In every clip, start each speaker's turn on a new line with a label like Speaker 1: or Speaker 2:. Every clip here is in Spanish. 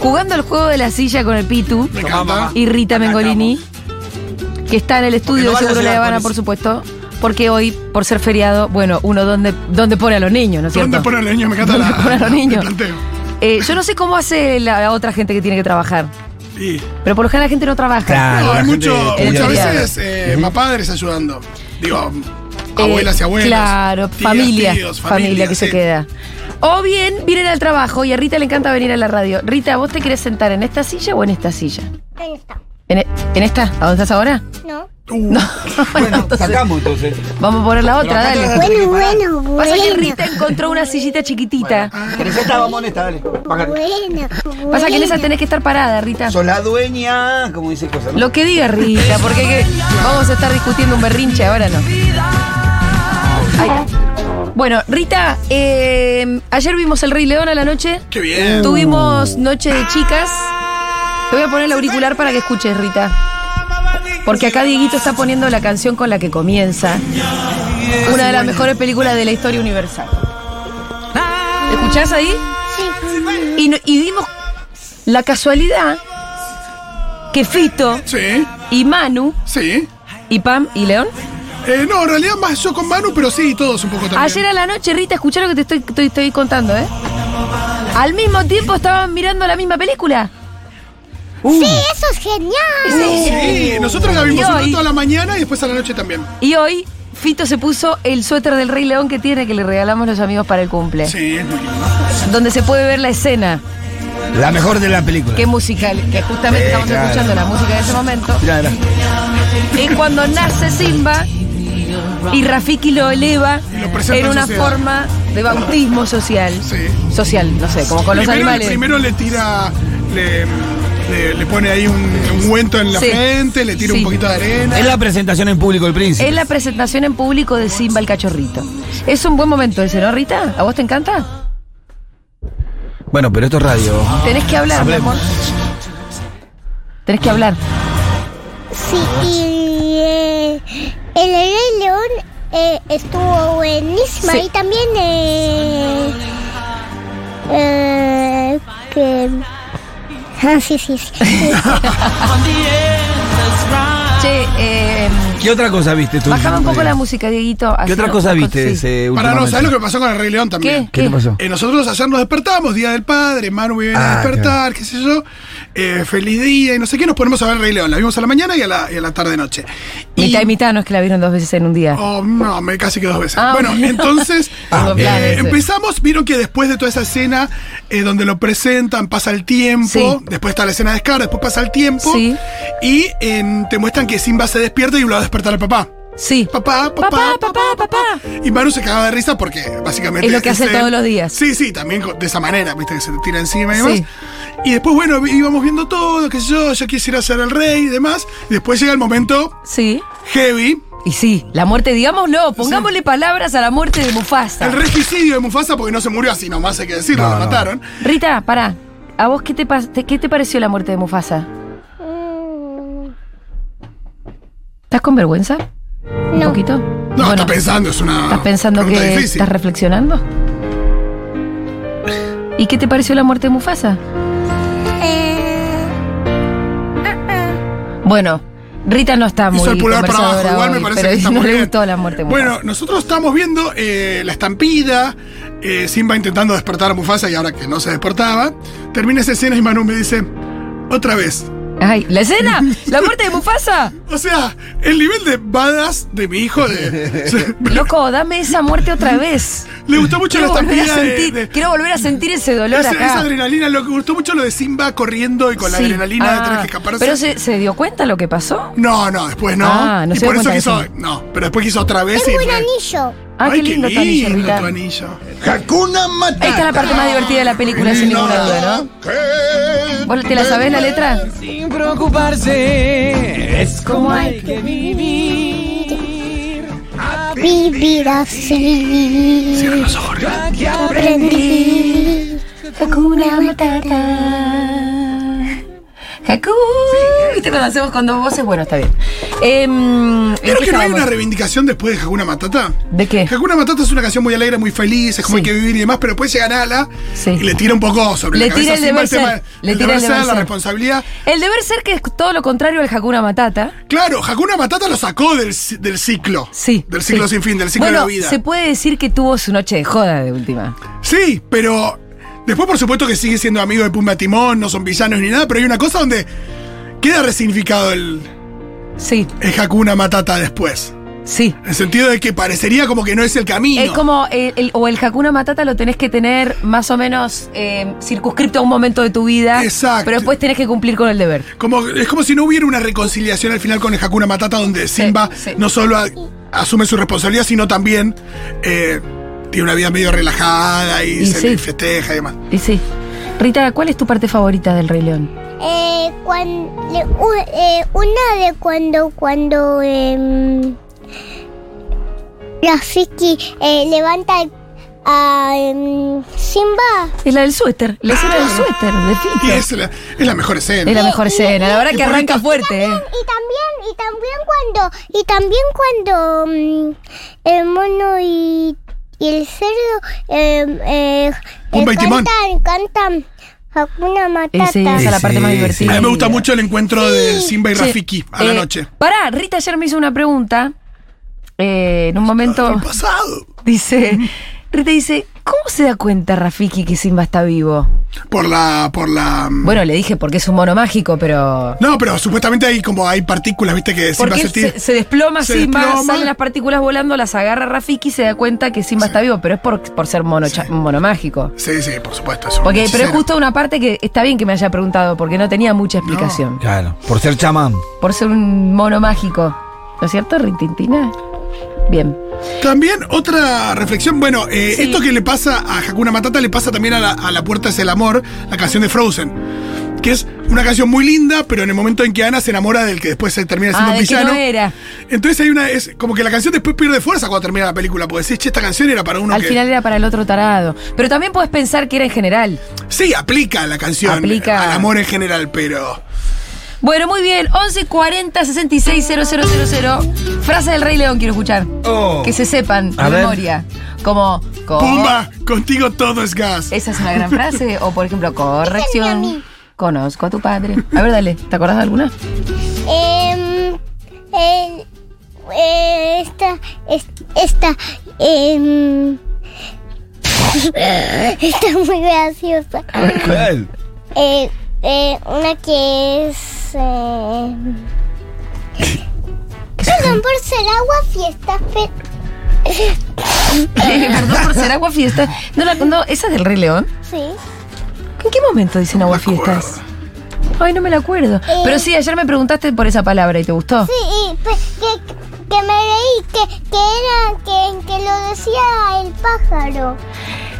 Speaker 1: Juego de la Silla con el Pitu
Speaker 2: Me encanta.
Speaker 1: y Rita Mengolini, que está en el estudio
Speaker 3: no
Speaker 1: de
Speaker 3: vayas
Speaker 1: Seguro
Speaker 3: a
Speaker 1: La
Speaker 3: llegar
Speaker 1: Habana,
Speaker 3: con
Speaker 1: por
Speaker 3: eso.
Speaker 1: supuesto. Porque hoy, por ser feriado, bueno, uno donde, donde pone a los niños, ¿no es cierto?
Speaker 2: ¿Dónde ponen los niños? Me encanta
Speaker 1: ¿Dónde
Speaker 2: la,
Speaker 1: ponen los niños?
Speaker 2: el planteo.
Speaker 1: Eh, yo no sé cómo hace la, la otra gente que tiene que trabajar,
Speaker 2: Y-
Speaker 1: pero por lo general la gente no trabaja.
Speaker 3: Claro.
Speaker 2: No,
Speaker 3: la
Speaker 2: hay
Speaker 3: gente
Speaker 2: mucho,
Speaker 3: estudia.
Speaker 2: muchas veces eh, más padres ayudando. Digo,
Speaker 1: Eh,
Speaker 2: abuelas y abuelos.
Speaker 1: Claro,
Speaker 2: tías,
Speaker 1: familia,
Speaker 2: tíos,
Speaker 1: familia que se
Speaker 2: sí.
Speaker 1: queda. O bien vienen al trabajo y a Rita le encanta venir a la radio. Rita, ¿vos te querés sentar en esta silla o en esta silla?
Speaker 4: Ahí está.
Speaker 1: ¿En, e- en esta? ¿A dónde estás ahora?
Speaker 4: No.
Speaker 2: Uh,
Speaker 1: Bueno,
Speaker 3: Bueno,
Speaker 1: entonces,
Speaker 3: sacamos entonces.
Speaker 1: vamos a poner la otra,
Speaker 3: acá te
Speaker 1: dale.
Speaker 3: vas a tener que
Speaker 4: Bueno,
Speaker 3: parar.
Speaker 4: bueno, bueno.
Speaker 1: Pasa que Rita encontró una sillita chiquitita.
Speaker 3: Pero ya está, vamos en esta, dale. Bájate.
Speaker 4: Bueno,
Speaker 1: Pasa que en esa
Speaker 4: bueno.
Speaker 1: tenés que estar parada, Rita.
Speaker 3: Sos la dueña, como dice cosas. ¿no?
Speaker 1: Lo que diga Rita, porque hay que- vamos a estar discutiendo un berrinche, ahora no. Ay. Bueno, Rita, eh, ayer vimos el Rey León a la noche.
Speaker 2: qué bien.
Speaker 1: Tuvimos noche de chicas. Te voy a poner el auricular para que escuches, Rita. Porque acá Dieguito está poniendo la canción con la que comienza. Una de las mejores películas de la historia universal. ¿Escuchás ahí?
Speaker 3: Ah,
Speaker 1: Y, no- y vimos la casualidad que Fito
Speaker 2: Sí,
Speaker 1: y Manu
Speaker 2: sí.
Speaker 1: y Pam y León.
Speaker 2: Eh, no, en realidad más yo con Manu, pero sí, todos un poco también.
Speaker 1: Ayer a la noche, Rita, escuchá lo que te estoy, estoy- estoy contando, ¿eh? Al mismo tiempo estaban mirando la misma película.
Speaker 4: Sí, eso es genial.
Speaker 2: Sí, nosotros la
Speaker 1: Y
Speaker 2: vimos un
Speaker 1: hoy-
Speaker 2: rato a la mañana y después a la noche también.
Speaker 1: Y hoy Fito se puso el suéter del Rey León que tiene que le regalamos los amigos para el cumple.
Speaker 2: Sí, es muy lindo.
Speaker 1: Donde se puede ver la escena,
Speaker 3: La mejor de la película.
Speaker 1: que es musical, que justamente
Speaker 3: Sí,
Speaker 1: estamos
Speaker 3: claro.
Speaker 1: escuchando la música de ese momento.
Speaker 3: Mirá, mirá.
Speaker 1: Es cuando nace Simba y Rafiki lo eleva
Speaker 2: Y lo presenta
Speaker 1: en
Speaker 2: en
Speaker 1: una
Speaker 2: sociedad.
Speaker 1: forma de bautismo social.
Speaker 2: Sí.
Speaker 1: Social, no sé, como con los
Speaker 2: primero,
Speaker 1: animales.
Speaker 2: Primero le tira. Le, le- le pone ahí un ungüento en la
Speaker 1: Sí.
Speaker 2: frente, le tira
Speaker 1: Sí.
Speaker 2: un poquito de arena.
Speaker 3: Es la presentación en público del príncipe.
Speaker 1: Es la presentación en público de Simba el cachorrito. Es un buen momento ese, ¿no, Rita? ¿A vos te encanta?
Speaker 3: Bueno, pero esto es radio.
Speaker 1: Tenés que hablar, mi amor. Tenés que hablar.
Speaker 4: Sí, y eh, el Rey León eh, estuvo buenísimo.
Speaker 1: Sí.
Speaker 4: Y también eh, eh, que... Ah, sí, sí, sí.
Speaker 1: Che, eh,
Speaker 3: ¿Qué otra cosa viste tú?
Speaker 1: bajame un poco la música, Dieguito.
Speaker 3: ¿Qué
Speaker 1: Así
Speaker 3: otra
Speaker 1: no-
Speaker 3: cosa
Speaker 1: no-
Speaker 3: viste
Speaker 1: sí.
Speaker 3: ese
Speaker 2: Para no,
Speaker 3: Eh, últimamente?
Speaker 2: ¿sabes lo que pasó con el Rey León también?
Speaker 1: ¿Qué?
Speaker 3: ¿Qué te pasó?
Speaker 2: Eh, nosotros ayer nos despertamos, Día del Padre, Manu viene a
Speaker 3: Ah,
Speaker 2: despertar, qué sé yo, eh, feliz día y no sé qué, nos ponemos a ver el Rey León. La vimos a la mañana y a la, y a la tarde-noche.
Speaker 1: Mitad y mitad, no es que la vieron dos veces en un día.
Speaker 2: Oh, no, me casi que dos veces.
Speaker 1: Ah,
Speaker 2: bueno,
Speaker 1: bueno.
Speaker 2: entonces
Speaker 1: Ah,
Speaker 2: eh,
Speaker 1: bien.
Speaker 2: empezamos, vieron que después de toda esa escena eh, donde lo presentan, pasa el tiempo,
Speaker 1: Sí.
Speaker 2: después está la escena de Scar, después pasa el tiempo
Speaker 1: Sí.
Speaker 2: y em, te muestran que Simba se despierta y lo va a despertar al papá.
Speaker 1: Sí.
Speaker 2: Papá, papá,
Speaker 1: Papá, papá, papá.
Speaker 2: Y Manu se cagaba de risa porque básicamente.
Speaker 1: Es lo que hace
Speaker 2: él.
Speaker 1: todos los días.
Speaker 2: Sí, sí, también co- de esa manera, viste, que se te tira encima y demás.
Speaker 1: Sí.
Speaker 2: Y después, bueno, vi- íbamos viendo todo, qué sé yo, yo quisiera ser el rey y demás. Y después llega el momento
Speaker 1: Sí.
Speaker 2: heavy,
Speaker 1: Y sí, la muerte, digámoslo, pongámosle palabras a la muerte de Mufasa.
Speaker 2: el regicidio de Mufasa, porque no se murió así nomás, hay que decirlo,
Speaker 3: No,
Speaker 2: lo
Speaker 3: no.
Speaker 2: mataron.
Speaker 1: Rita, pará. ¿A vos qué te, pas- te- qué te pareció la muerte de Mufasa?
Speaker 4: Mm,
Speaker 1: ¿Estás con vergüenza? ¿Un
Speaker 4: no.
Speaker 1: poquito?
Speaker 2: No, está pensando, es una.
Speaker 1: ¿Estás pensando que
Speaker 2: pregunta difícil.
Speaker 1: estás reflexionando? ¿Y qué te pareció la muerte de Mufasa?
Speaker 4: Eh,
Speaker 1: Bueno, Rita no está muy
Speaker 2: Hizo el pulgar para abajo,
Speaker 1: conversadora
Speaker 2: igual
Speaker 1: hoy,
Speaker 2: me parece
Speaker 1: pero
Speaker 2: que está
Speaker 1: no
Speaker 2: muy
Speaker 1: le
Speaker 2: bien.
Speaker 1: gustó la muerte de Mufasa.
Speaker 2: Bueno, nosotros estamos viendo eh, la estampida, eh, Simba intentando despertar a Mufasa y ahora que no se despertaba, termina esa escena y Manu me dice, otra vez.
Speaker 1: Ay, ¿la escena? ¿La muerte de Mufasa?
Speaker 2: O sea, el nivel de badass de mi hijo de- se-
Speaker 1: Loco, dame esa muerte otra vez.
Speaker 2: le gustó mucho la
Speaker 1: Quiero volver, a
Speaker 2: estampida de-
Speaker 1: sentir,
Speaker 2: de-
Speaker 1: quiero volver a sentir ese dolor
Speaker 2: esa,
Speaker 1: acá.
Speaker 2: esa adrenalina, lo que gustó mucho lo de Simba corriendo y con la
Speaker 1: Sí.
Speaker 2: adrenalina de
Speaker 1: Ah,
Speaker 2: tener que escaparse.
Speaker 1: ¿Pero se, se dio cuenta lo que pasó?
Speaker 2: No, no, después no.
Speaker 1: Ah, no
Speaker 2: y
Speaker 1: se
Speaker 2: por
Speaker 1: dio
Speaker 2: eso
Speaker 1: cuenta
Speaker 2: quiso.
Speaker 1: de
Speaker 2: No, pero después quiso otra vez y
Speaker 4: tengo un
Speaker 2: fue-
Speaker 4: anillo.
Speaker 1: Ah,
Speaker 2: Ay,
Speaker 1: qué lindo, tu anillo, Rita.
Speaker 2: tu anillo.
Speaker 5: Hakuna Matata.
Speaker 1: Esta es la parte más divertida de la película, sin ninguna duda, ¿no?
Speaker 5: ¿no?
Speaker 1: ¿Vos te la sabés la letra?
Speaker 6: Sin preocuparse, es como hay que vivir.
Speaker 4: Vivir así.
Speaker 2: Cierra los ojos. Rita.
Speaker 6: Que
Speaker 4: Aprendí. Hakuna Matata.
Speaker 1: Hakuna. Viste cuando hacemos con dos voces, bueno, está bien. Em, ¿en
Speaker 2: Pero
Speaker 1: qué
Speaker 2: que no hay
Speaker 1: estábamos?
Speaker 2: una reivindicación después de Hakuna Matata.
Speaker 1: ¿De qué?
Speaker 2: Hakuna Matata es una canción muy alegre, muy feliz, es como
Speaker 1: Eh. Sí.
Speaker 2: hay que vivir y demás, pero después llega Nala
Speaker 1: Sí.
Speaker 2: y le tira un poco sobre
Speaker 1: Le
Speaker 2: la
Speaker 1: tira
Speaker 2: cabeza
Speaker 1: el
Speaker 2: siempre
Speaker 1: deber
Speaker 2: tema
Speaker 1: ser. Le
Speaker 2: del
Speaker 1: tira el
Speaker 2: deber ser,
Speaker 1: deber
Speaker 2: la
Speaker 1: ser.
Speaker 2: responsabilidad.
Speaker 1: El deber ser que es todo lo contrario al Hakuna Matata.
Speaker 2: Claro, Hakuna Matata lo sacó del, ci- del ciclo.
Speaker 1: Sí.
Speaker 2: Del ciclo
Speaker 1: sí.
Speaker 2: sin fin, del ciclo
Speaker 1: Bueno,
Speaker 2: de la vida.
Speaker 1: Se puede decir que tuvo su noche de joda de última.
Speaker 2: Sí, pero después por supuesto que sigue siendo amigo de Pumba Timón, no son villanos ni nada, pero hay una cosa donde queda resignificado el,
Speaker 1: Sí,
Speaker 2: el Hakuna Matata después.
Speaker 1: sí.
Speaker 2: En el sentido de que parecería como que no es el camino.
Speaker 1: Es como, el, el- o el Hakuna Matata lo tenés que tener más o menos eh, circunscripto a un momento de tu vida.
Speaker 2: Exacto.
Speaker 1: Pero después tenés que cumplir con el deber.
Speaker 2: Como- es como si no hubiera una reconciliación al final con el Hakuna Matata, donde Simba
Speaker 1: sí.
Speaker 2: no solo a- asume su responsabilidad, sino también eh, tiene una vida medio relajada y,
Speaker 1: Y
Speaker 2: se
Speaker 1: sí.
Speaker 2: le festeja y demás.
Speaker 1: Y sí. Rita, ¿cuál es tu parte favorita del Rey León?
Speaker 4: Eh, cuan- le- u- eh, una de cuando, cuando em, la Fiki eh, levanta a em, Simba.
Speaker 1: Es la del suéter. La escena del suéter, de
Speaker 2: Ah. Y
Speaker 1: Fito.
Speaker 2: es la, es la mejor escena.
Speaker 1: Es la mejor escena. La verdad que arranca fuerte, ¿eh?
Speaker 4: Y también, y también cuando, y también cuando mm, el mono y, y el cerdo em, eh,
Speaker 2: Pumba y Timón.
Speaker 4: cantan, cantan Hakuna Matata.
Speaker 1: Ese- esa es la
Speaker 3: Sí,
Speaker 1: parte más
Speaker 3: sí.
Speaker 1: divertida.
Speaker 2: a mí me gusta
Speaker 1: Sí.
Speaker 2: mucho el encuentro de Simba y
Speaker 1: Sí.
Speaker 2: Rafiki a la
Speaker 1: Eh,
Speaker 2: noche.
Speaker 1: Pará, Rita ayer me hizo una pregunta. eh, en un
Speaker 2: El
Speaker 1: momento
Speaker 2: pasado.
Speaker 1: dice. Rita dice: ¿Cómo se da cuenta Rafiki que Simba está vivo?
Speaker 2: Por la. Por la mm,
Speaker 1: Bueno, le dije porque es un mono mágico, pero.
Speaker 2: no, pero supuestamente hay como hay partículas, viste, que Simba
Speaker 1: Porque
Speaker 2: se
Speaker 1: él
Speaker 2: tira.
Speaker 1: se, se desploma
Speaker 2: se
Speaker 1: Simba,
Speaker 2: desploma.
Speaker 1: salen las partículas volando, las agarra Rafiki y se da cuenta que Simba está vivo, pero es por, por ser mono, cha- mono mágico.
Speaker 2: Sí, sí, por supuesto. es un
Speaker 1: Porque, pero es
Speaker 2: hechicero.
Speaker 1: justo una parte que está bien que me haya preguntado, porque no tenía mucha explicación.
Speaker 3: Claro, por ser chamán.
Speaker 1: Por ser un mono mágico. ¿No es cierto, Ritintina? Bien.
Speaker 2: También otra reflexión, bueno, eh,
Speaker 1: Sí.
Speaker 2: esto que le pasa a Hakuna Matata le pasa también a la, a la Puerta es el Amor, la canción de Frozen, que es una canción muy linda, pero en el momento en que Ana se enamora del que después se termina siendo
Speaker 1: Ah,
Speaker 2: un
Speaker 1: de que
Speaker 2: villano.
Speaker 1: no era.
Speaker 2: Entonces hay una, es como que la canción después pierde fuerza cuando termina la película, porque decís, che, esta canción era para uno
Speaker 1: Al
Speaker 2: que...
Speaker 1: final era para el otro tarado. Pero también puedes pensar que era en general.
Speaker 2: Sí, aplica la canción
Speaker 1: Aplica.
Speaker 2: al amor en general, pero...
Speaker 1: Bueno, muy bien. 1140 66 000. Frase del Rey León quiero escuchar.
Speaker 3: Oh.
Speaker 1: Que se sepan de
Speaker 3: A ver.
Speaker 1: memoria. Como. co-
Speaker 2: ¡Pumba! Contigo todo es gas.
Speaker 1: Esa Oh. es una gran frase. O, por ejemplo,
Speaker 4: Díganme a
Speaker 1: corrección.
Speaker 4: mí.
Speaker 1: Conozco a tu padre. A ver, dale. ¿Te acordás de alguna?
Speaker 4: Em, el- eh, esta, es- esta, em, está muy graciosa.
Speaker 3: Él.
Speaker 4: Eh, eh, una que es. Eh, perdón por ser agua, fiesta. fe-
Speaker 1: Perdón por ser agua fiesta. No, la, no, esa es del Rey León.
Speaker 4: sí.
Speaker 1: ¿En qué momento dicen agua fiestas? Ay, no me la acuerdo. Pero sí, ayer me preguntaste por esa palabra y te gustó.
Speaker 4: Sí, y pe- que, que me reí, que, que era que, que lo decía el pájaro.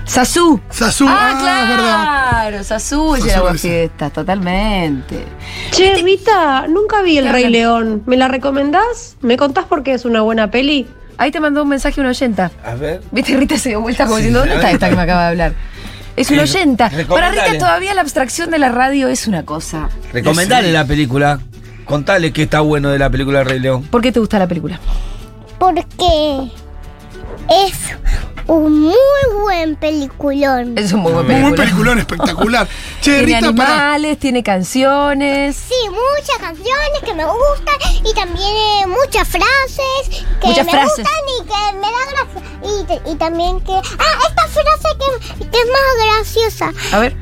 Speaker 1: Sasú.
Speaker 2: Sasú,
Speaker 1: ah,
Speaker 2: ah, es verdad.
Speaker 1: claro, Sasú es el
Speaker 2: Sasú
Speaker 1: agua
Speaker 2: es-
Speaker 1: fiestas, totalmente.
Speaker 7: Este
Speaker 8: Che, Rita, nunca vi El
Speaker 1: ¿Qué
Speaker 8: Rey
Speaker 1: hablan?
Speaker 8: León. ¿Me la recomendás? ¿Me contás por qué es una buena peli?
Speaker 1: Ahí te mandó un mensaje un oyenta.
Speaker 3: A ver.
Speaker 1: Viste, Rita se dio vuelta como
Speaker 3: Sí,
Speaker 1: diciendo, ¿dónde
Speaker 3: a
Speaker 1: está
Speaker 3: ver.
Speaker 1: esta que me acaba de hablar? Es un
Speaker 3: Eh,
Speaker 1: oyenta. Para
Speaker 3: recomendale.
Speaker 1: Rita todavía la abstracción de la radio es una cosa.
Speaker 3: Recomendale la película. Contale qué está bueno de la película del Rey León.
Speaker 1: ¿Por qué te gusta la película?
Speaker 4: Porque es un muy buen peliculón.
Speaker 1: Es un muy buen
Speaker 2: Muy buen
Speaker 1: película.
Speaker 2: peliculón, espectacular. che,
Speaker 1: Tiene
Speaker 2: Rita, pará.
Speaker 1: animales, tiene canciones.
Speaker 4: Sí, muchas canciones que me gustan y también eh, muchas frases que
Speaker 1: Muchas
Speaker 4: me
Speaker 1: frases.
Speaker 4: gustan y que me da gracia. Y, te- y también que... Ah, esta frase que, que es más graciosa.
Speaker 1: A ver,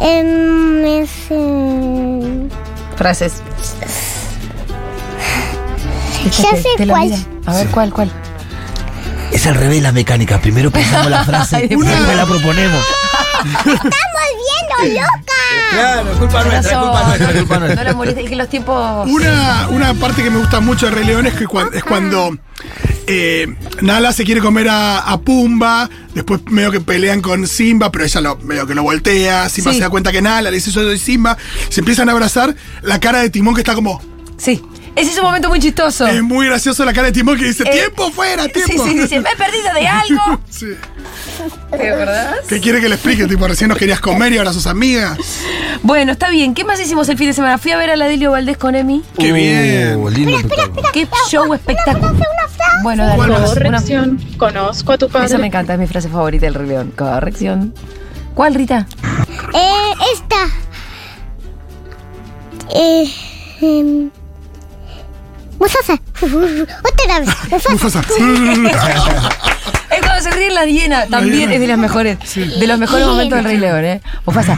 Speaker 4: Em, es, em,
Speaker 1: frases.
Speaker 4: Ya sé
Speaker 1: la
Speaker 4: cuál.
Speaker 1: mira. A ver, ¿cuál, cuál?
Speaker 3: Es al revés la mecánica. Primero pensamos la frase
Speaker 1: Ay,
Speaker 3: y
Speaker 1: después
Speaker 3: después la proponemos.
Speaker 4: ¡Estamos viendo loca!
Speaker 3: Claro, culpa nuestra, culpa nuestra, culpa
Speaker 1: No la
Speaker 3: nuestra.
Speaker 1: molestes, es que los tiempos...
Speaker 2: Una, una parte que me gusta mucho de Rey León es, que cua- es cuando eh, Nala se quiere comer a, a Pumba, después medio que pelean con Simba, pero ella lo, medio que lo voltea, Simba
Speaker 1: Sí.
Speaker 2: se da cuenta que Nala le dice yo soy Simba, se empiezan a abrazar, la cara de Timón que está como...
Speaker 1: Sí, ese es un momento muy chistoso.
Speaker 2: Es muy gracioso la cara de Timón que dice,
Speaker 1: Ah. Eh,
Speaker 2: tiempo fuera,
Speaker 1: Sí,
Speaker 2: tiempo.
Speaker 1: sí, sí, sí, me he perdido de algo.
Speaker 2: Sí.
Speaker 1: ¿Te acordás?
Speaker 2: ¿Qué quiere que le explique? Tipo, recién nos querías comer y ahora sos amiga.
Speaker 1: Bueno, está bien. ¿Qué más hicimos el fin de semana? Fui a ver a la Delio Valdés con Emi.
Speaker 2: Qué bien.
Speaker 3: lindo espectáculo.
Speaker 1: Qué show espectacular.
Speaker 4: Una frase.
Speaker 1: Bueno, dale, una- una-
Speaker 7: Corrección. Conozco a tu padre.
Speaker 1: Esa me encanta, es mi frase favorita del Rey León. Corrección. ¿Cuál, Rita?
Speaker 4: Eh, esta. Eh, em, Mufasa. Otra vez. Mufasa.
Speaker 2: Mufasa. Mm.
Speaker 1: Es Eh, cuando se ríen las hienas. También
Speaker 2: hiena.
Speaker 1: es de las mejores. De los mejores momentos del Rey León, ¿eh? Vos pasa.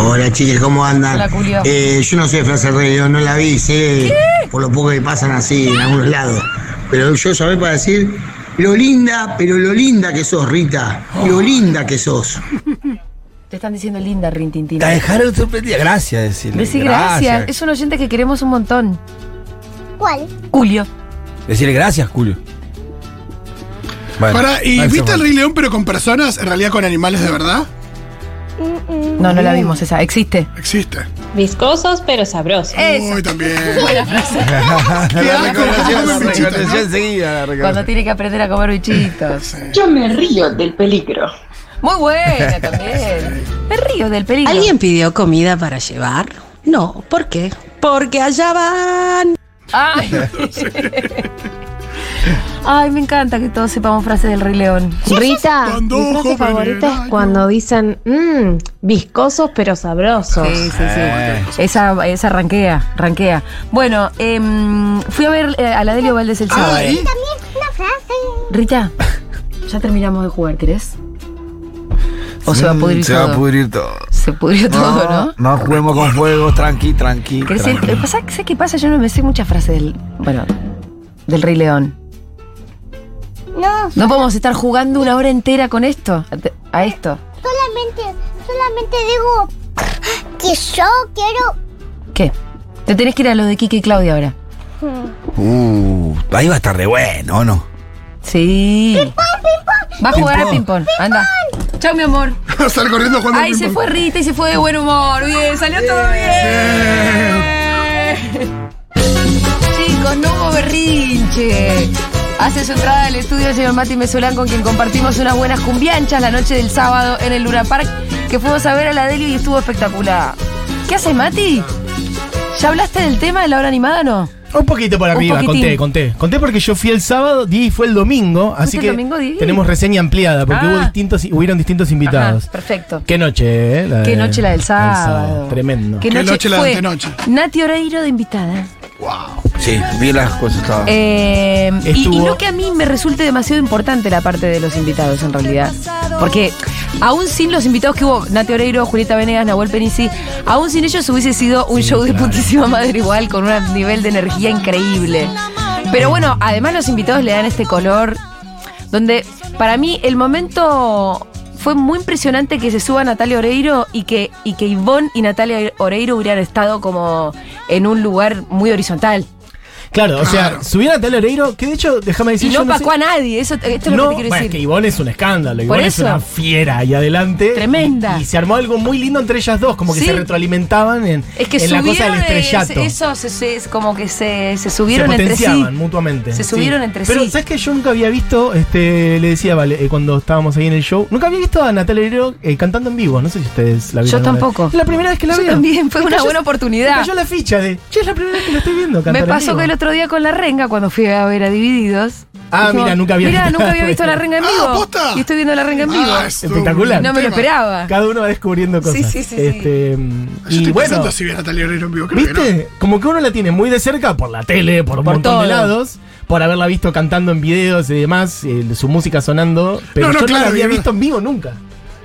Speaker 9: Hola chicas, ¿cómo andan?
Speaker 1: Hola, Julio.
Speaker 9: Eh, yo no sé frase del rey, León, no la vi, sé por lo poco que pasan así en algunos lados. Pero yo sabés para decir lo linda, pero lo linda que sos, Rita.
Speaker 1: Oh.
Speaker 9: Lo linda que sos.
Speaker 1: Te están diciendo linda, Rintintina.
Speaker 3: La dejaron sorprendida. Gracias, decirle.
Speaker 1: Decir gracias. Es un oyente que queremos un montón.
Speaker 4: ¿Cuál?
Speaker 1: Julio.
Speaker 3: Decirle gracias, Julio. Bueno,
Speaker 2: Pará, ¿y
Speaker 3: ahí se
Speaker 2: viste
Speaker 3: fue.
Speaker 2: al Rey León pero con personas? ¿En realidad con animales de verdad?
Speaker 1: No, no la vimos esa. Existe.
Speaker 2: Existe.
Speaker 7: Viscosos pero sabrosos.
Speaker 2: Uy, también.
Speaker 3: La
Speaker 2: asco,
Speaker 3: reconoció,
Speaker 2: come
Speaker 3: la
Speaker 2: bichito,
Speaker 3: reconoció
Speaker 2: ¿no?
Speaker 3: enseguida, la reconoció.
Speaker 1: Cuando tiene que aprender a comer bichitos.
Speaker 7: Yo me río del peligro.
Speaker 1: Muy buena también. Me río del peligro.
Speaker 10: ¿Alguien pidió comida para llevar? No, ¿por qué? Porque allá van.
Speaker 1: Ay. Ay, me encanta que todos sepamos frases del Rey León.
Speaker 8: Rita,
Speaker 2: Cuando
Speaker 8: mi frase
Speaker 2: joven
Speaker 8: favorita
Speaker 2: era
Speaker 8: es cuando dicen, mmm, viscosos pero sabrosos.
Speaker 1: Sí, sí, sí.
Speaker 3: Eh.
Speaker 1: Esa, esa ranquea, ranquea. Bueno, em, fui a ver eh, a la Delio Valdés el sábado.
Speaker 2: Ay.
Speaker 4: También una frase.
Speaker 1: Rita, ya terminamos de jugar, ¿querés? ¿O se va a pudrir
Speaker 3: Mm, Se
Speaker 1: todo?
Speaker 3: va a pudrir todo.
Speaker 1: Se pudrió todo, ¿no? eh,
Speaker 3: No juguemos con fuegos, tranqui, tranqui.
Speaker 1: ¿Querés ir?
Speaker 3: tranqui.
Speaker 1: Pasa- ¿Sabes qué pasa? Yo no me sé muchas frases del. Bueno, del Rey León.
Speaker 4: No,
Speaker 1: No podemos estar jugando una hora entera con esto. a- A esto.
Speaker 4: solamente, solamente digo que yo quiero.
Speaker 1: ¿Qué? Te tenés que ir a los de Kike y Claudia ahora.
Speaker 3: Uh, ahí va a estar de bueno, ¿o no?
Speaker 1: Sí. Va a jugar al
Speaker 3: Ping-pong.
Speaker 1: ping-pong. Anda. Chao, mi amor.
Speaker 2: Estar corriendo jugando al
Speaker 1: Ay, se
Speaker 2: ping-pong.
Speaker 1: fue Rita y se fue de buen humor. Bien, salió todo bien. Chicos, no hubo berrinche. Hace su entrada al estudio el señor Mati Mesolán, con quien compartimos unas buenas cumbianchas la noche del sábado en el Luna Park, que fuimos a ver a la Delio y estuvo espectacular. ¿Qué haces, Mati? ¿Ya hablaste del tema de la hora animada o no?
Speaker 11: Un poquito por
Speaker 1: Un
Speaker 11: arriba,
Speaker 1: poquitín.
Speaker 11: conté, conté. Conté porque yo fui el sábado, Diego fue el domingo, así
Speaker 1: el
Speaker 11: que
Speaker 1: domingo, Diego?
Speaker 11: tenemos reseña ampliada porque
Speaker 1: Ah.
Speaker 11: hubo distintos, hubieron distintos invitados.
Speaker 1: Ajá, perfecto.
Speaker 11: Qué noche, ¿eh? La
Speaker 1: Qué
Speaker 11: de-
Speaker 1: noche la del sábado.
Speaker 11: Tremendo.
Speaker 1: Qué
Speaker 2: Qué
Speaker 1: noche,
Speaker 2: noche la de
Speaker 1: fue
Speaker 2: antenoche.
Speaker 1: Nati Oreiro de invitada.
Speaker 3: Sí, vi las cosas. Estaba.
Speaker 1: Eh, y,
Speaker 11: Estuvo-
Speaker 1: y no que a mí me resulte demasiado importante la parte de los invitados en realidad. Porque aún sin los invitados que hubo, Nati Oreiro, Julieta Venegas, Nahuel Penici, aún sin ellos hubiese sido un show de putísima madre igual, con un nivel de energía increíble. Pero bueno, además los invitados le dan este color donde para mí el momento fue muy impresionante que se suba Natalia Oreiro y que, y que Ivonne y Natalia Oreiro hubieran estado como en un lugar muy horizontal.
Speaker 11: Claro, o sea, subieron a Tal Oreiro, que de hecho, déjame
Speaker 1: Y
Speaker 11: decir
Speaker 1: no
Speaker 11: yo no
Speaker 1: opacó
Speaker 11: sé-
Speaker 1: a nadie, eso, esto es
Speaker 11: No,
Speaker 1: lo que te quiero
Speaker 11: bueno, es que
Speaker 1: decir.
Speaker 11: Ivonne es un escándalo, Ivonne es
Speaker 1: eso.
Speaker 11: una fiera ahí adelante.
Speaker 1: Tremenda.
Speaker 11: Y, y se armó algo muy lindo entre ellas dos, como que
Speaker 1: Sí.
Speaker 11: se retroalimentaban en,
Speaker 1: Es que
Speaker 11: en la cosa del
Speaker 1: subieron, eh,
Speaker 11: estrellato.
Speaker 1: eso se- se- es como que se, se
Speaker 11: se
Speaker 1: subieron entre
Speaker 11: potenciaban
Speaker 1: sí.
Speaker 11: mutuamente.
Speaker 1: Se
Speaker 11: sí.
Speaker 1: subieron entre
Speaker 11: Pero,
Speaker 1: sí.
Speaker 11: ¿sabes que Yo nunca había visto, este, le decía, vale, eh, cuando estábamos ahí en el show, nunca había visto a Natalia Oreiro eh, cantando en vivo. No sé si ustedes la
Speaker 1: Yo
Speaker 11: vieron. alguna vez.
Speaker 1: tampoco.
Speaker 11: Es la primera vez que la
Speaker 1: Yo
Speaker 11: veo.
Speaker 1: también, fue
Speaker 11: Me
Speaker 1: una
Speaker 11: cayó-
Speaker 1: buena oportunidad.
Speaker 11: Me cayó la ficha de, che, es la primera vez que la estoy viendo cantar
Speaker 1: Me
Speaker 11: en
Speaker 1: pasó
Speaker 11: vivo".
Speaker 1: que el otro día con la renga, cuando fui a ver a Divididos.
Speaker 11: Ah,
Speaker 1: dijimos,
Speaker 11: mira, nunca había
Speaker 1: Mira,
Speaker 11: visto-
Speaker 1: nunca había visto la renga en
Speaker 2: Ah,
Speaker 1: vivo.
Speaker 2: ¿posta?
Speaker 1: Y estoy viendo la renga en vivo.
Speaker 2: Ah, es un
Speaker 11: Espectacular.
Speaker 1: no me lo
Speaker 2: tema.
Speaker 1: esperaba.
Speaker 11: Cada uno va descubriendo cosas.
Speaker 1: Sí, sí, sí, sí.
Speaker 11: Este,
Speaker 2: Yo
Speaker 11: y
Speaker 2: estoy
Speaker 11: bueno,
Speaker 2: pensando si vi a Natalia Oreiro en vivo, creo que no.
Speaker 11: ¿Viste? Como que uno la tiene muy de cerca por la tele, por un
Speaker 1: Por
Speaker 11: montón
Speaker 1: todo.
Speaker 11: de lados, por haberla visto cantando en videos y demás, eh, su música sonando, pero
Speaker 2: No, no,
Speaker 11: yo no
Speaker 2: claro,
Speaker 11: la había
Speaker 2: yo no-
Speaker 11: visto en vivo nunca.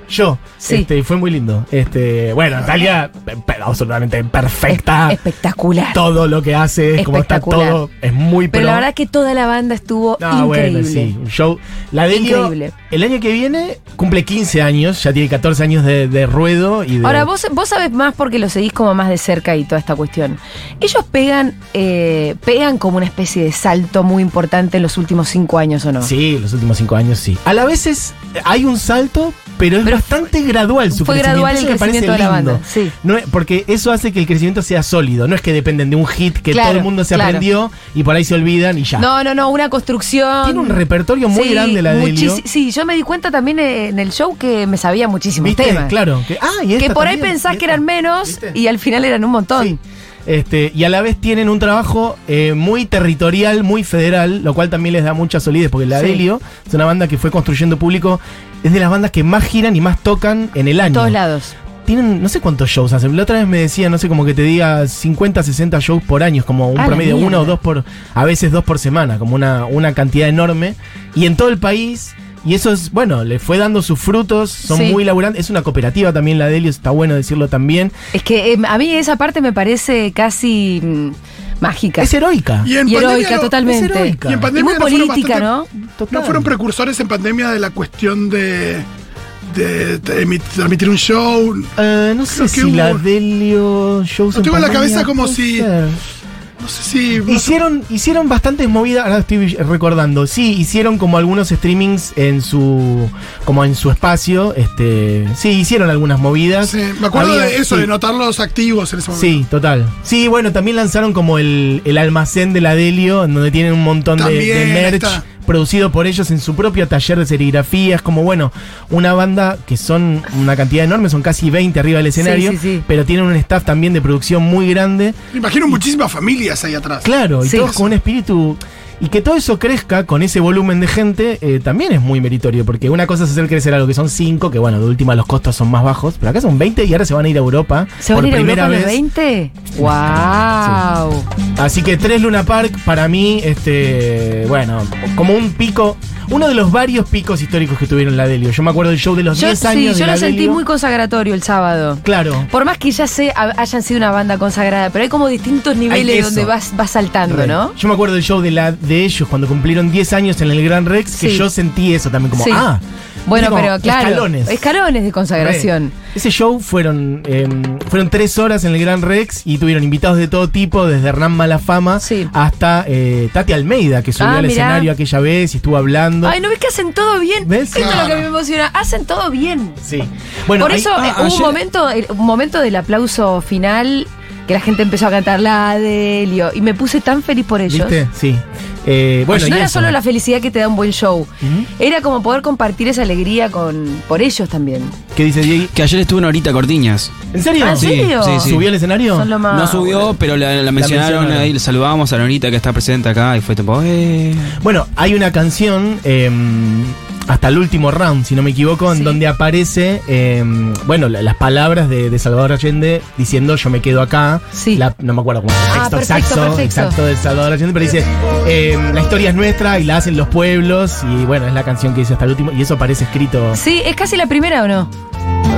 Speaker 11: Yo,
Speaker 1: Sí.
Speaker 11: este, fue muy lindo. Este, bueno, Natalia, pe- pe- absolutamente perfecta.
Speaker 1: Espectacular.
Speaker 11: Todo lo que hace, como está
Speaker 1: Espectacular.
Speaker 11: todo, es muy
Speaker 1: Pero la
Speaker 11: pro.
Speaker 1: verdad que toda la banda estuvo
Speaker 11: No,
Speaker 1: increíble.
Speaker 11: Ah, bueno, sí, un show. La Delio,
Speaker 1: Increíble.
Speaker 11: el año que viene cumple 15 años, ya tiene 14 años de, de ruedo y de.
Speaker 1: Ahora, vos, vos sabés más porque lo seguís como más de cerca y toda esta cuestión. Ellos pegan, eh, pegan como una especie de salto muy importante en los últimos cinco años, ¿o no?
Speaker 11: Sí, los últimos cinco años sí. A la vez es, hay un salto, pero es
Speaker 1: Pero
Speaker 11: más bastante gradual su
Speaker 1: Fue
Speaker 11: crecimiento.
Speaker 1: gradual
Speaker 11: Eso
Speaker 1: el
Speaker 11: me parece
Speaker 1: crecimiento de la
Speaker 11: lindo.
Speaker 1: banda. Sí.
Speaker 11: No es- porque eso hace que el crecimiento sea sólido. No es que dependen de un hit que
Speaker 1: Claro,
Speaker 11: todo el mundo se
Speaker 1: claro.
Speaker 11: aprendió y por ahí se olvidan y ya.
Speaker 1: No, no, no, una construcción.
Speaker 11: Tiene un repertorio muy grande la de Elio.
Speaker 1: muchis- Sí, yo me di cuenta también eh, en el show que me sabía muchísimos
Speaker 11: ¿Viste?
Speaker 1: temas.
Speaker 11: Claro. Que, ah, y
Speaker 1: que
Speaker 11: esta
Speaker 1: por ahí
Speaker 11: también,
Speaker 1: pensás
Speaker 11: y
Speaker 1: que eran menos y al final eran un montón.
Speaker 11: Este, y a la vez tienen un trabajo eh, muy territorial, muy federal, lo cual también les da mucha solidez, porque la
Speaker 1: Sí.
Speaker 11: Delio es una banda que fue construyendo público, es de las bandas que más giran y más tocan en el año.
Speaker 1: todos lados.
Speaker 11: Tienen no sé cuántos shows hacen. La otra vez me decía, no sé, como que te diga 50, 60 shows por año, es como un
Speaker 1: A la
Speaker 11: promedio,
Speaker 1: mierda.
Speaker 11: uno o dos por, a veces dos por semana, como una, una cantidad enorme. Y en todo el país, y eso es, bueno, le fue dando sus frutos, son
Speaker 1: Sí.
Speaker 11: muy laburantes. Es una cooperativa también la Delio, está bueno decirlo también.
Speaker 1: Es que eh, a mí esa parte me parece casi mm, mágica.
Speaker 11: Es heroica.
Speaker 1: Y, heroica, totalmente.
Speaker 2: Y en pandemia
Speaker 1: muy
Speaker 2: no fueron
Speaker 1: política, ¿no?
Speaker 2: bastante- No fueron precursores en pandemia de la cuestión de. de, de emit- transmitir un show.
Speaker 11: Eh, no sé
Speaker 2: Creo que
Speaker 11: si la
Speaker 2: hubo-
Speaker 11: Delio shows
Speaker 2: Lo tengo en la
Speaker 11: pandemia,
Speaker 2: cabeza como
Speaker 11: puede
Speaker 2: si-
Speaker 11: ser.
Speaker 2: No sé si.
Speaker 11: Hicieron, hicieron bastantes movidas, ahora estoy recordando. Sí, hicieron como algunos streamings en su. como en su espacio. Este. Sí, hicieron algunas movidas.
Speaker 2: Sí, me acuerdo
Speaker 11: Había-
Speaker 2: de eso,
Speaker 11: sí.
Speaker 2: de notarlos activos en ese momento.
Speaker 11: Sí, total. Sí, bueno, también lanzaron como el, el almacén de la Delio, en donde tienen un montón de, de
Speaker 2: También
Speaker 11: merch
Speaker 2: está.
Speaker 11: producido por ellos en su propio taller de serigrafía. Es como, bueno, una banda que son una cantidad enorme, son casi 20 arriba del escenario,
Speaker 1: sí, sí.
Speaker 11: pero tienen un staff también de producción muy grande.
Speaker 2: Me imagino muchísimas familias ahí atrás.
Speaker 11: Claro, y
Speaker 1: Sí.
Speaker 11: todos con un espíritu. Y que todo eso crezca con ese volumen de gente eh, también es muy meritorio, porque una cosa es hacer crecer algo que son 5, que bueno, de última los costos son más bajos, pero acá son 20 y ahora se van a ir a Europa
Speaker 1: ¿Se
Speaker 11: por
Speaker 1: van a ir a
Speaker 11: primera
Speaker 1: Europa los 20?
Speaker 11: vez.
Speaker 1: ¡Wow!
Speaker 11: Así que tres Luna Park para mí, este, bueno, como un pico, uno de los varios picos históricos que tuvieron la Delio. Yo me acuerdo del show de los
Speaker 1: Yo,
Speaker 11: 10
Speaker 1: sí,
Speaker 11: años. de
Speaker 1: yo lo
Speaker 11: la
Speaker 1: sentí
Speaker 11: Delio.
Speaker 1: muy consagratorio el sábado.
Speaker 11: Claro.
Speaker 1: Por más que ya se hayan sido una banda consagrada, pero hay como distintos niveles
Speaker 11: eso.
Speaker 1: donde vas, vas saltando,
Speaker 11: Re.
Speaker 1: ¿no?
Speaker 11: Yo me acuerdo del show de, la, de ellos cuando cumplieron 10 años en el Gran Rex, que
Speaker 1: Sí.
Speaker 11: yo sentí eso también, como,
Speaker 1: Sí.
Speaker 11: ah.
Speaker 1: Bueno,
Speaker 11: viste, como
Speaker 1: pero claro.
Speaker 11: Escalones.
Speaker 1: Escalones de consagración.
Speaker 11: Re. Ese show fueron, eh, fueron tres horas en el Gran Rex y tuvieron invitados de todo tipo, desde Hernán Malafama hasta eh, Tati Almeida, que subió
Speaker 1: Ah,
Speaker 11: al
Speaker 1: mirá.
Speaker 11: escenario aquella vez y estuvo hablando.
Speaker 1: Ay, ¿no ves que hacen todo bien?
Speaker 11: ¿Ves?
Speaker 1: Esto es lo
Speaker 11: Claro.
Speaker 1: que me emociona. Hacen todo bien.
Speaker 11: Sí. Bueno,
Speaker 1: Por
Speaker 11: ahí-
Speaker 1: eso
Speaker 11: ah,
Speaker 1: eh, hubo
Speaker 11: ayer-
Speaker 1: un momento, el- un momento del aplauso final que la gente empezó a cantar la Adelio y me puse tan feliz por ellos.
Speaker 11: ¿Viste? Sí. Eh,
Speaker 1: Bueno,
Speaker 11: bueno,
Speaker 1: Pues no
Speaker 11: y
Speaker 1: era
Speaker 11: eso.
Speaker 1: solo la felicidad que te da un buen show, era como poder compartir esa alegría con por ellos también.
Speaker 11: ¿Qué dice Diego?
Speaker 12: Que ayer estuvo Norita Cortiñas.
Speaker 11: ¿En serio?
Speaker 1: Ah, ¿en
Speaker 12: Sí,
Speaker 1: serio?
Speaker 12: sí, sí.
Speaker 11: ¿Subió al escenario?
Speaker 1: Son lo más-
Speaker 12: No subió, pero la, la mencionaron
Speaker 11: mencionaron.
Speaker 12: ahí, le saludamos a Norita que está presente acá y fue tipo, eh.
Speaker 11: Bueno, hay una canción, eh, hasta el último round, si no me equivoco, en donde aparece, eh, bueno, la- las palabras de, de Salvador Allende diciendo yo me quedo acá. La- no me acuerdo cómo es el
Speaker 1: Ah,
Speaker 11: texto
Speaker 1: perfecto,
Speaker 11: exacto,
Speaker 1: perfecto.
Speaker 11: exacto de Salvador Allende, pero dice, eh, la historia es nuestra y la hacen los pueblos, y bueno, es la canción que dice hasta el último, y eso aparece escrito.
Speaker 1: Sí, es casi la primera o no?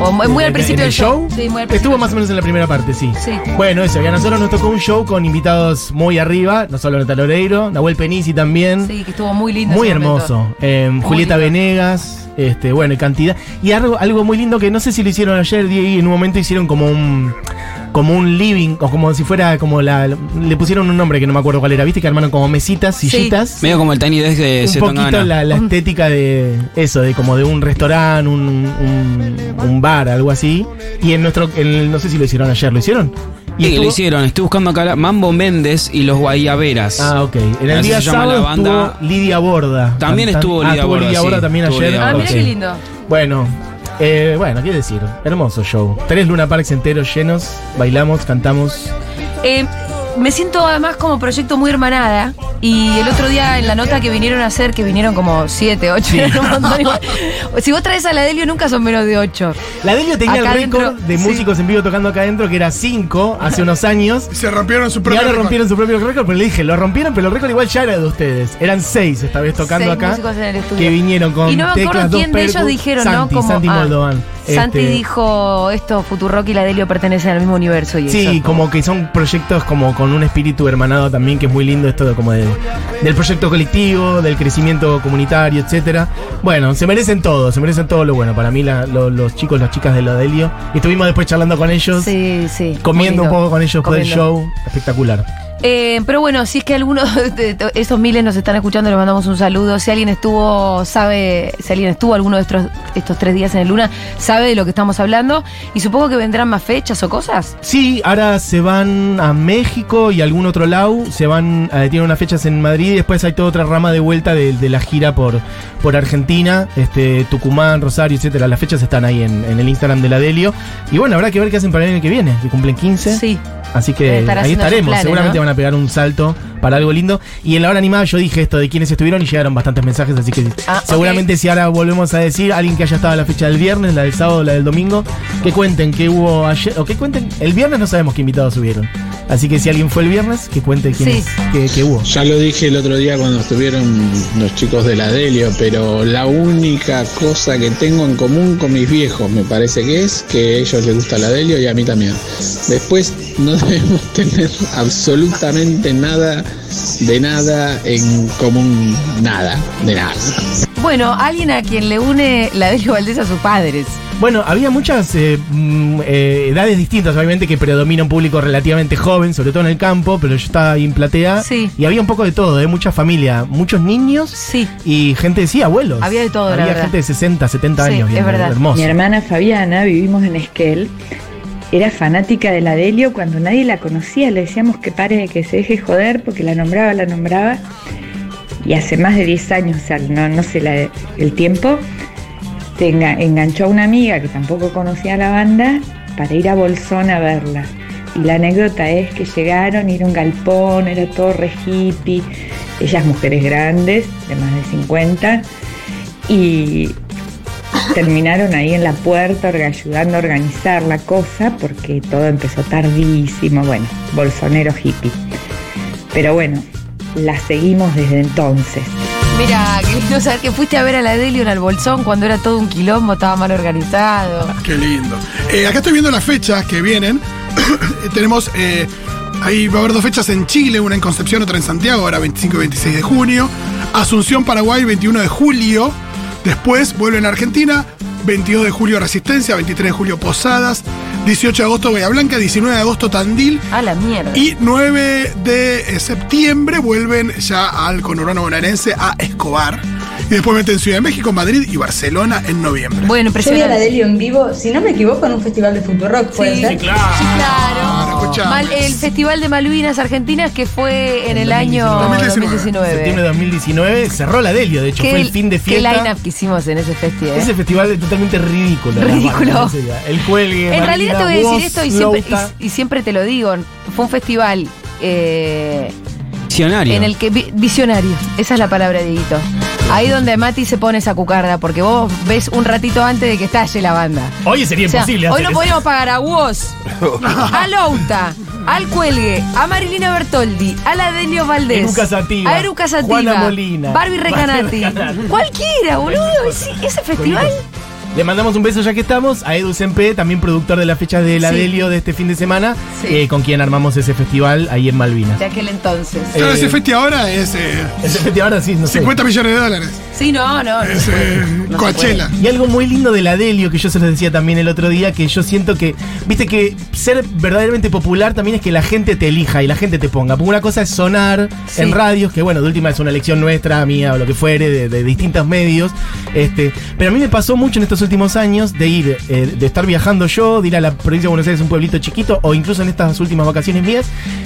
Speaker 1: O muy, muy al
Speaker 11: ¿En- en
Speaker 1: principio del
Speaker 11: el
Speaker 1: show. Sí, muy al principio.
Speaker 11: Estuvo más o menos en la primera parte, sí.
Speaker 1: Sí.
Speaker 11: Bueno, eso, que a nosotros nos tocó un show con invitados muy arriba, no solo Natal Oreiro, Nahuel Penisi también.
Speaker 1: Sí, que estuvo muy lindo.
Speaker 11: Muy
Speaker 1: ese momento.
Speaker 11: hermoso. Eh, Julieta Venegas, este, bueno, y cantidad. Y algo, algo muy lindo que no sé si lo hicieron ayer, Diego, y en un momento hicieron como un como un living, o como si fuera como la. Le pusieron un nombre que no me acuerdo cuál era, viste que armaron como mesitas, sillitas.
Speaker 12: Medio como el Tiny Desk de
Speaker 11: Un poquito
Speaker 12: Zetangana.
Speaker 11: la,
Speaker 1: Mm.
Speaker 11: la estética de eso, de como de un restaurante, un, un- un bar, algo así. Y en nuestro, en el- no sé si lo hicieron ayer, ¿lo hicieron?
Speaker 12: Y
Speaker 11: estuvo-
Speaker 12: lo hicieron, estoy buscando acá la- Mambo Méndez y los Guayaberas.
Speaker 11: Ah, ok. En el
Speaker 12: Así
Speaker 11: día
Speaker 12: se llama
Speaker 11: sábado
Speaker 12: la banda.
Speaker 11: estuvo Lidia Borda.
Speaker 12: También
Speaker 11: Cantan-
Speaker 12: estuvo
Speaker 11: Ah,
Speaker 12: Lidia Borda, sí,
Speaker 11: también
Speaker 12: estuvo
Speaker 11: ayer.
Speaker 12: Lidia
Speaker 1: Ah,
Speaker 12: Borda,
Speaker 1: mira
Speaker 12: sí.
Speaker 1: qué lindo.
Speaker 11: Bueno, eh, bueno, qué decir, hermoso show. Tres Luna Parks enteros llenos, bailamos, cantamos.
Speaker 1: Eh, me siento además como proyecto muy hermanada. Y el otro día en la nota que vinieron a hacer, que vinieron como siete, ocho,
Speaker 11: Sí.
Speaker 1: eran un montón igual. Si vos traes a la Delio, nunca son menos de ocho.
Speaker 11: La Delio tenía
Speaker 1: Acá
Speaker 11: el récord
Speaker 1: adentro,
Speaker 11: de
Speaker 1: sí.
Speaker 11: músicos en vivo tocando acá adentro, que era 5 hace unos años.
Speaker 2: Se rompieron su propio
Speaker 11: Y ahora
Speaker 2: récord.
Speaker 11: rompieron su propio récord, pero le dije, lo rompieron, pero el récord igual ya era de ustedes. Eran 6 esta vez tocando
Speaker 1: Seis
Speaker 11: acá.
Speaker 1: músicos en el estudio.
Speaker 11: Que vinieron con
Speaker 1: y no me
Speaker 11: teclas,
Speaker 1: acuerdo
Speaker 11: dos
Speaker 1: quién de ellos
Speaker 11: percus.
Speaker 1: dijeron,
Speaker 11: Santi,
Speaker 1: ¿no? Como,
Speaker 11: Santi
Speaker 1: ah,
Speaker 11: Moldovan.
Speaker 1: Santi
Speaker 11: Este,
Speaker 1: dijo esto, Futurock y la Delio pertenecen al mismo universo. Y
Speaker 11: Sí,
Speaker 1: eso,
Speaker 11: como que son proyectos como con un espíritu hermanado también, que es muy lindo esto de, como de- del proyecto colectivo, del crecimiento comunitario, etcétera. Bueno, se merecen todo, se merecen todo lo bueno. Para mí, la- lo- los chicos, las chicas de la Delio. Estuvimos después charlando con ellos,
Speaker 1: Sí, sí.
Speaker 11: comiendo
Speaker 1: muy
Speaker 11: un
Speaker 1: lindo.
Speaker 11: poco con ellos por el
Speaker 1: Comiendo.
Speaker 11: show. Espectacular.
Speaker 1: Eh, pero bueno, si es que algunos de to- esos miles nos están escuchando, les mandamos un saludo. Si alguien estuvo, sabe, si alguien estuvo alguno de estos, estos tres días en el Luna, sabe de lo que estamos hablando. Y supongo que vendrán más fechas o cosas.
Speaker 11: Sí, ahora se van a México y algún otro lado. Se van, eh, tienen unas fechas en Madrid y después hay toda otra rama de vuelta de, de la gira por, por Argentina, este, Tucumán, Rosario, etcétera. Las fechas están ahí en, en el Instagram de la Delio. Y bueno, habrá que ver qué hacen para el año que viene, que cumplen 15.
Speaker 1: Sí.
Speaker 11: Así
Speaker 1: Deben
Speaker 11: que
Speaker 1: estar
Speaker 11: ahí
Speaker 1: haciendo sus
Speaker 11: estaremos.
Speaker 1: planes,
Speaker 11: Seguramente
Speaker 1: ¿no?
Speaker 11: van a pegar un salto para algo lindo. Y en la hora animada yo dije esto de quienes estuvieron y llegaron bastantes mensajes. Así que
Speaker 1: Ah,
Speaker 11: seguramente si ahora volvemos a decir, alguien que haya estado a la fecha del viernes, la del sábado, la del domingo, que cuenten qué hubo ayer. O que cuenten. El viernes no sabemos qué invitados subieron. Así que si alguien fue el viernes, que cuente quién
Speaker 13: Sí.
Speaker 11: que, hubo.
Speaker 13: Ya lo dije el otro día cuando estuvieron los chicos de la Delio, pero la única cosa que tengo en común con mis viejos, me parece que es que a ellos les gusta la Delio y a mí también. Después no debemos tener absolutamente nada de nada en común, nada, de nada.
Speaker 1: Bueno, alguien a quien le une la Delio Valdés a sus padres.
Speaker 11: Bueno, había muchas eh, mm, eh, edades distintas, obviamente, que predomina un público relativamente joven, sobre todo en el campo, pero yo estaba ahí en platea. Y había un poco de todo, ¿eh? mucha familia, muchos niños y gente, sí, abuelos.
Speaker 1: Había de todo, la
Speaker 11: Había
Speaker 1: verdad.
Speaker 11: gente de 60, 70
Speaker 1: Sí,
Speaker 11: años,
Speaker 1: es
Speaker 11: bien,
Speaker 1: verdad.
Speaker 11: hermoso.
Speaker 14: Mi hermana Fabiana, vivimos en Esquel, era fanática de la Delio cuando nadie la conocía, le decíamos que pare de que se deje joder porque la nombraba, la nombraba. Y hace más de 10 años, o sea, no, no sé la- el tiempo, se enga- enganchó a una amiga que tampoco conocía la banda para ir a Bolsón a verla. Y la anécdota es que llegaron, era un galpón, era todo re hippie, ellas mujeres grandes, de más de 50, y terminaron ahí en la puerta orga- ayudando a organizar la cosa porque todo empezó tardísimo, bueno, bolsonero hippie. Pero bueno, la seguimos desde entonces.
Speaker 1: Mira, que lindo saber que fuiste a ver a la Delio en el Bolsón cuando era todo un quilombo, estaba mal organizado.
Speaker 2: Qué lindo. Eh, acá estoy viendo las fechas que vienen. Tenemos. eh, ahí va a haber dos fechas en Chile, una en Concepción, otra en Santiago, ahora 25 y 26 de junio. Asunción, Paraguay, 21 de julio. Después vuelven a Argentina, 22 de julio Resistencia, 23 de julio Posadas, 18 de agosto Bahía Blanca, 19 de agosto Tandil.
Speaker 1: A la mierda.
Speaker 2: Y 9 de eh, septiembre vuelven ya al conurbano bonaerense a Escobar. Y después meten Ciudad de México, Madrid y Barcelona en noviembre.
Speaker 1: Bueno,
Speaker 15: Yo vi a la Delio en vivo, si no me equivoco, en un festival de Futurock, ¿puede
Speaker 1: Sí,
Speaker 15: ser?
Speaker 1: sí, claro. Mal- el Festival de Malvinas Argentinas que fue en el año 2019.
Speaker 11: Septiembre de 2019 cerró la Delio, de hecho,
Speaker 1: Qué-
Speaker 11: fue el fin de
Speaker 1: qué
Speaker 11: fiesta.
Speaker 1: line-up que hicimos en ese ¿eh? festival.
Speaker 11: Ese festival es totalmente ridículo. la
Speaker 1: Ridículo.
Speaker 11: verdad, en serio. El cuelgue.
Speaker 1: En realidad te voy a decir esto y siempre,
Speaker 11: Está
Speaker 1: y- y siempre te lo digo. Fue un festival eh,
Speaker 12: Visionario.
Speaker 1: en el que. vi- Visionario. Esa es la palabra, Dieguito. Ahí donde Mati se pone esa cucarda, porque vos ves un ratito antes de que estalle la banda.
Speaker 11: Hoy sería
Speaker 1: O sea,
Speaker 11: imposible
Speaker 1: Hoy
Speaker 11: hacer
Speaker 1: no
Speaker 11: eso.
Speaker 1: podíamos pagar a vos, a Louta, al Cuelgue, a Marilina Bertoldi, a la Delio Valdés,
Speaker 11: Eruca Sativa,
Speaker 1: a Eruca Sativa,
Speaker 11: Juana Molina,
Speaker 1: Barbie Recanati.
Speaker 11: Barbie Recanati.
Speaker 1: Cualquiera, boludo. ese- Ese festival.
Speaker 11: Le mandamos un beso ya que estamos a Edu Sempe, también productor de las fechas de la
Speaker 1: Sí.
Speaker 11: Delio de este fin de semana,
Speaker 1: Sí.
Speaker 11: eh, con quien armamos ese festival ahí en Malvinas.
Speaker 1: De aquel entonces.
Speaker 2: Claro, ese festi ahora es. eh,
Speaker 11: Ese festival ahora sí, no sé.
Speaker 2: 50 millones de dólares.
Speaker 11: Eh.
Speaker 2: eh,
Speaker 1: Sí, no, no. no se puede, no se puede.
Speaker 11: Y algo muy lindo de la Delio, que yo se los decía también el otro día, que yo siento que, viste que ser verdaderamente popular también es que la gente te elija y la gente te ponga. Porque una cosa es sonar
Speaker 16: Sí.
Speaker 11: en radios, que bueno, de última es una elección nuestra, mía o lo que fuere, de, de distintos medios. Este, pero a mí me pasó mucho en estos últimos años de ir, eh, de estar viajando yo, de ir a la provincia de Buenos Aires, un pueblito chiquito, o incluso en estas últimas vacaciones mías,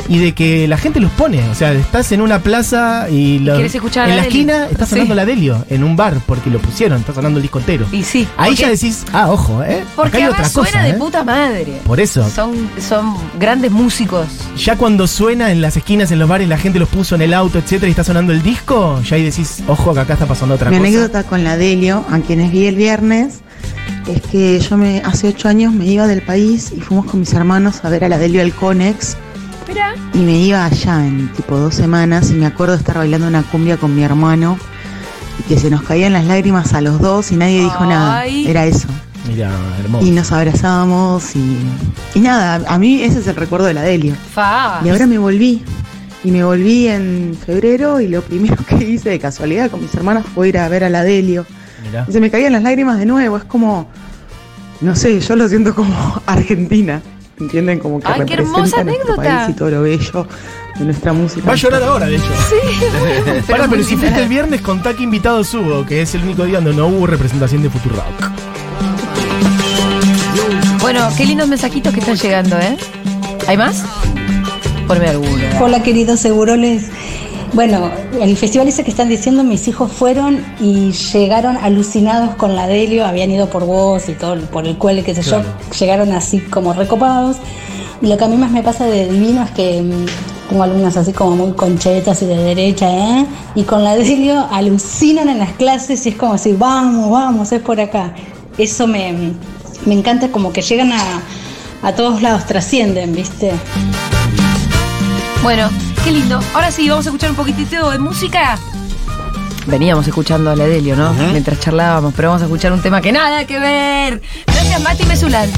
Speaker 11: y de que la gente los pone. O sea, estás en una plaza y los-
Speaker 1: ¿Quieres escuchar a
Speaker 11: en
Speaker 1: la
Speaker 11: la
Speaker 1: Delio?
Speaker 11: esquina está
Speaker 1: Sí.
Speaker 11: sonando la Delio en un bar porque lo pusieron, está sonando el disco entero.
Speaker 1: Y sí.
Speaker 11: Ahí
Speaker 1: porque-
Speaker 11: ya decís, ah, ojo, ¿eh? Acá
Speaker 1: Porque
Speaker 11: hay
Speaker 1: además
Speaker 11: otra
Speaker 1: suena
Speaker 11: cosa.
Speaker 1: de
Speaker 11: ¿eh?
Speaker 1: puta madre.
Speaker 11: Por eso.
Speaker 1: Son, son grandes músicos.
Speaker 11: Ya cuando suena en las esquinas, en los bares, la gente los puso en el auto, etcétera, y está sonando el disco, ya ahí decís, ojo, que acá está pasando otra
Speaker 17: Mi
Speaker 11: cosa.
Speaker 17: anécdota con la Delio, a quienes vi el viernes, es que yo me, hace ocho años me iba del país y fuimos con mis hermanos a ver a la Delio al Conex. Y me iba allá en tipo dos semanas y me acuerdo de estar bailando una cumbia con mi hermano y que se nos caían las lágrimas a los dos y nadie dijo nada.
Speaker 11: Ay.
Speaker 17: Era eso.
Speaker 11: Mira,
Speaker 17: Y
Speaker 11: hermoso.
Speaker 17: nos abrazábamos y, y nada, a mí ese es el recuerdo de la Delio.
Speaker 1: Fa.
Speaker 17: Y ahora me volví. Y me volví en febrero y lo primero que hice de casualidad con mis hermanas fue ir a ver a la Delio.
Speaker 11: Mirá.
Speaker 17: Y se me caían las lágrimas de nuevo. Es como, no sé, yo lo siento como Argentina. ¿Entienden? Como que
Speaker 1: Ay, qué
Speaker 17: representa
Speaker 1: hermosa
Speaker 17: nuestro
Speaker 1: anécdota.
Speaker 17: país y todo lo bello
Speaker 18: de nuestra música.
Speaker 11: Va a llorar ahora, de hecho.
Speaker 18: Sí.
Speaker 11: Pará, pero si fuiste el viernes, contá qué invitados hubo, que es el único día donde no hubo representación de Futurock.
Speaker 1: Bueno, qué lindos mensajitos que están llegando, ¿eh? ¿Hay más? Ponme alguno.
Speaker 14: Hola queridos seguroles. Bueno, el festival ese que están diciendo, mis hijos fueron y llegaron alucinados con la Delio, habían ido por vos y todo, por el cual, qué sé
Speaker 19: Claro.
Speaker 14: yo, llegaron así como recopados. Y lo que a mí más me pasa de divino es que mm, tengo alumnos así como muy conchetas y de derecha, ¿eh? Y con la Delio alucinan en las clases y es como así, vamos, vamos, es por acá. Eso me, mm, me encanta, como que llegan a, a todos lados, trascienden, ¿viste?
Speaker 1: Bueno, qué lindo. Ahora sí, vamos a escuchar un poquitito de música. Veníamos escuchando a la Delio, ¿no? Mientras charlábamos, pero vamos a escuchar un tema que nada que ver. Gracias, Mati Mesulán.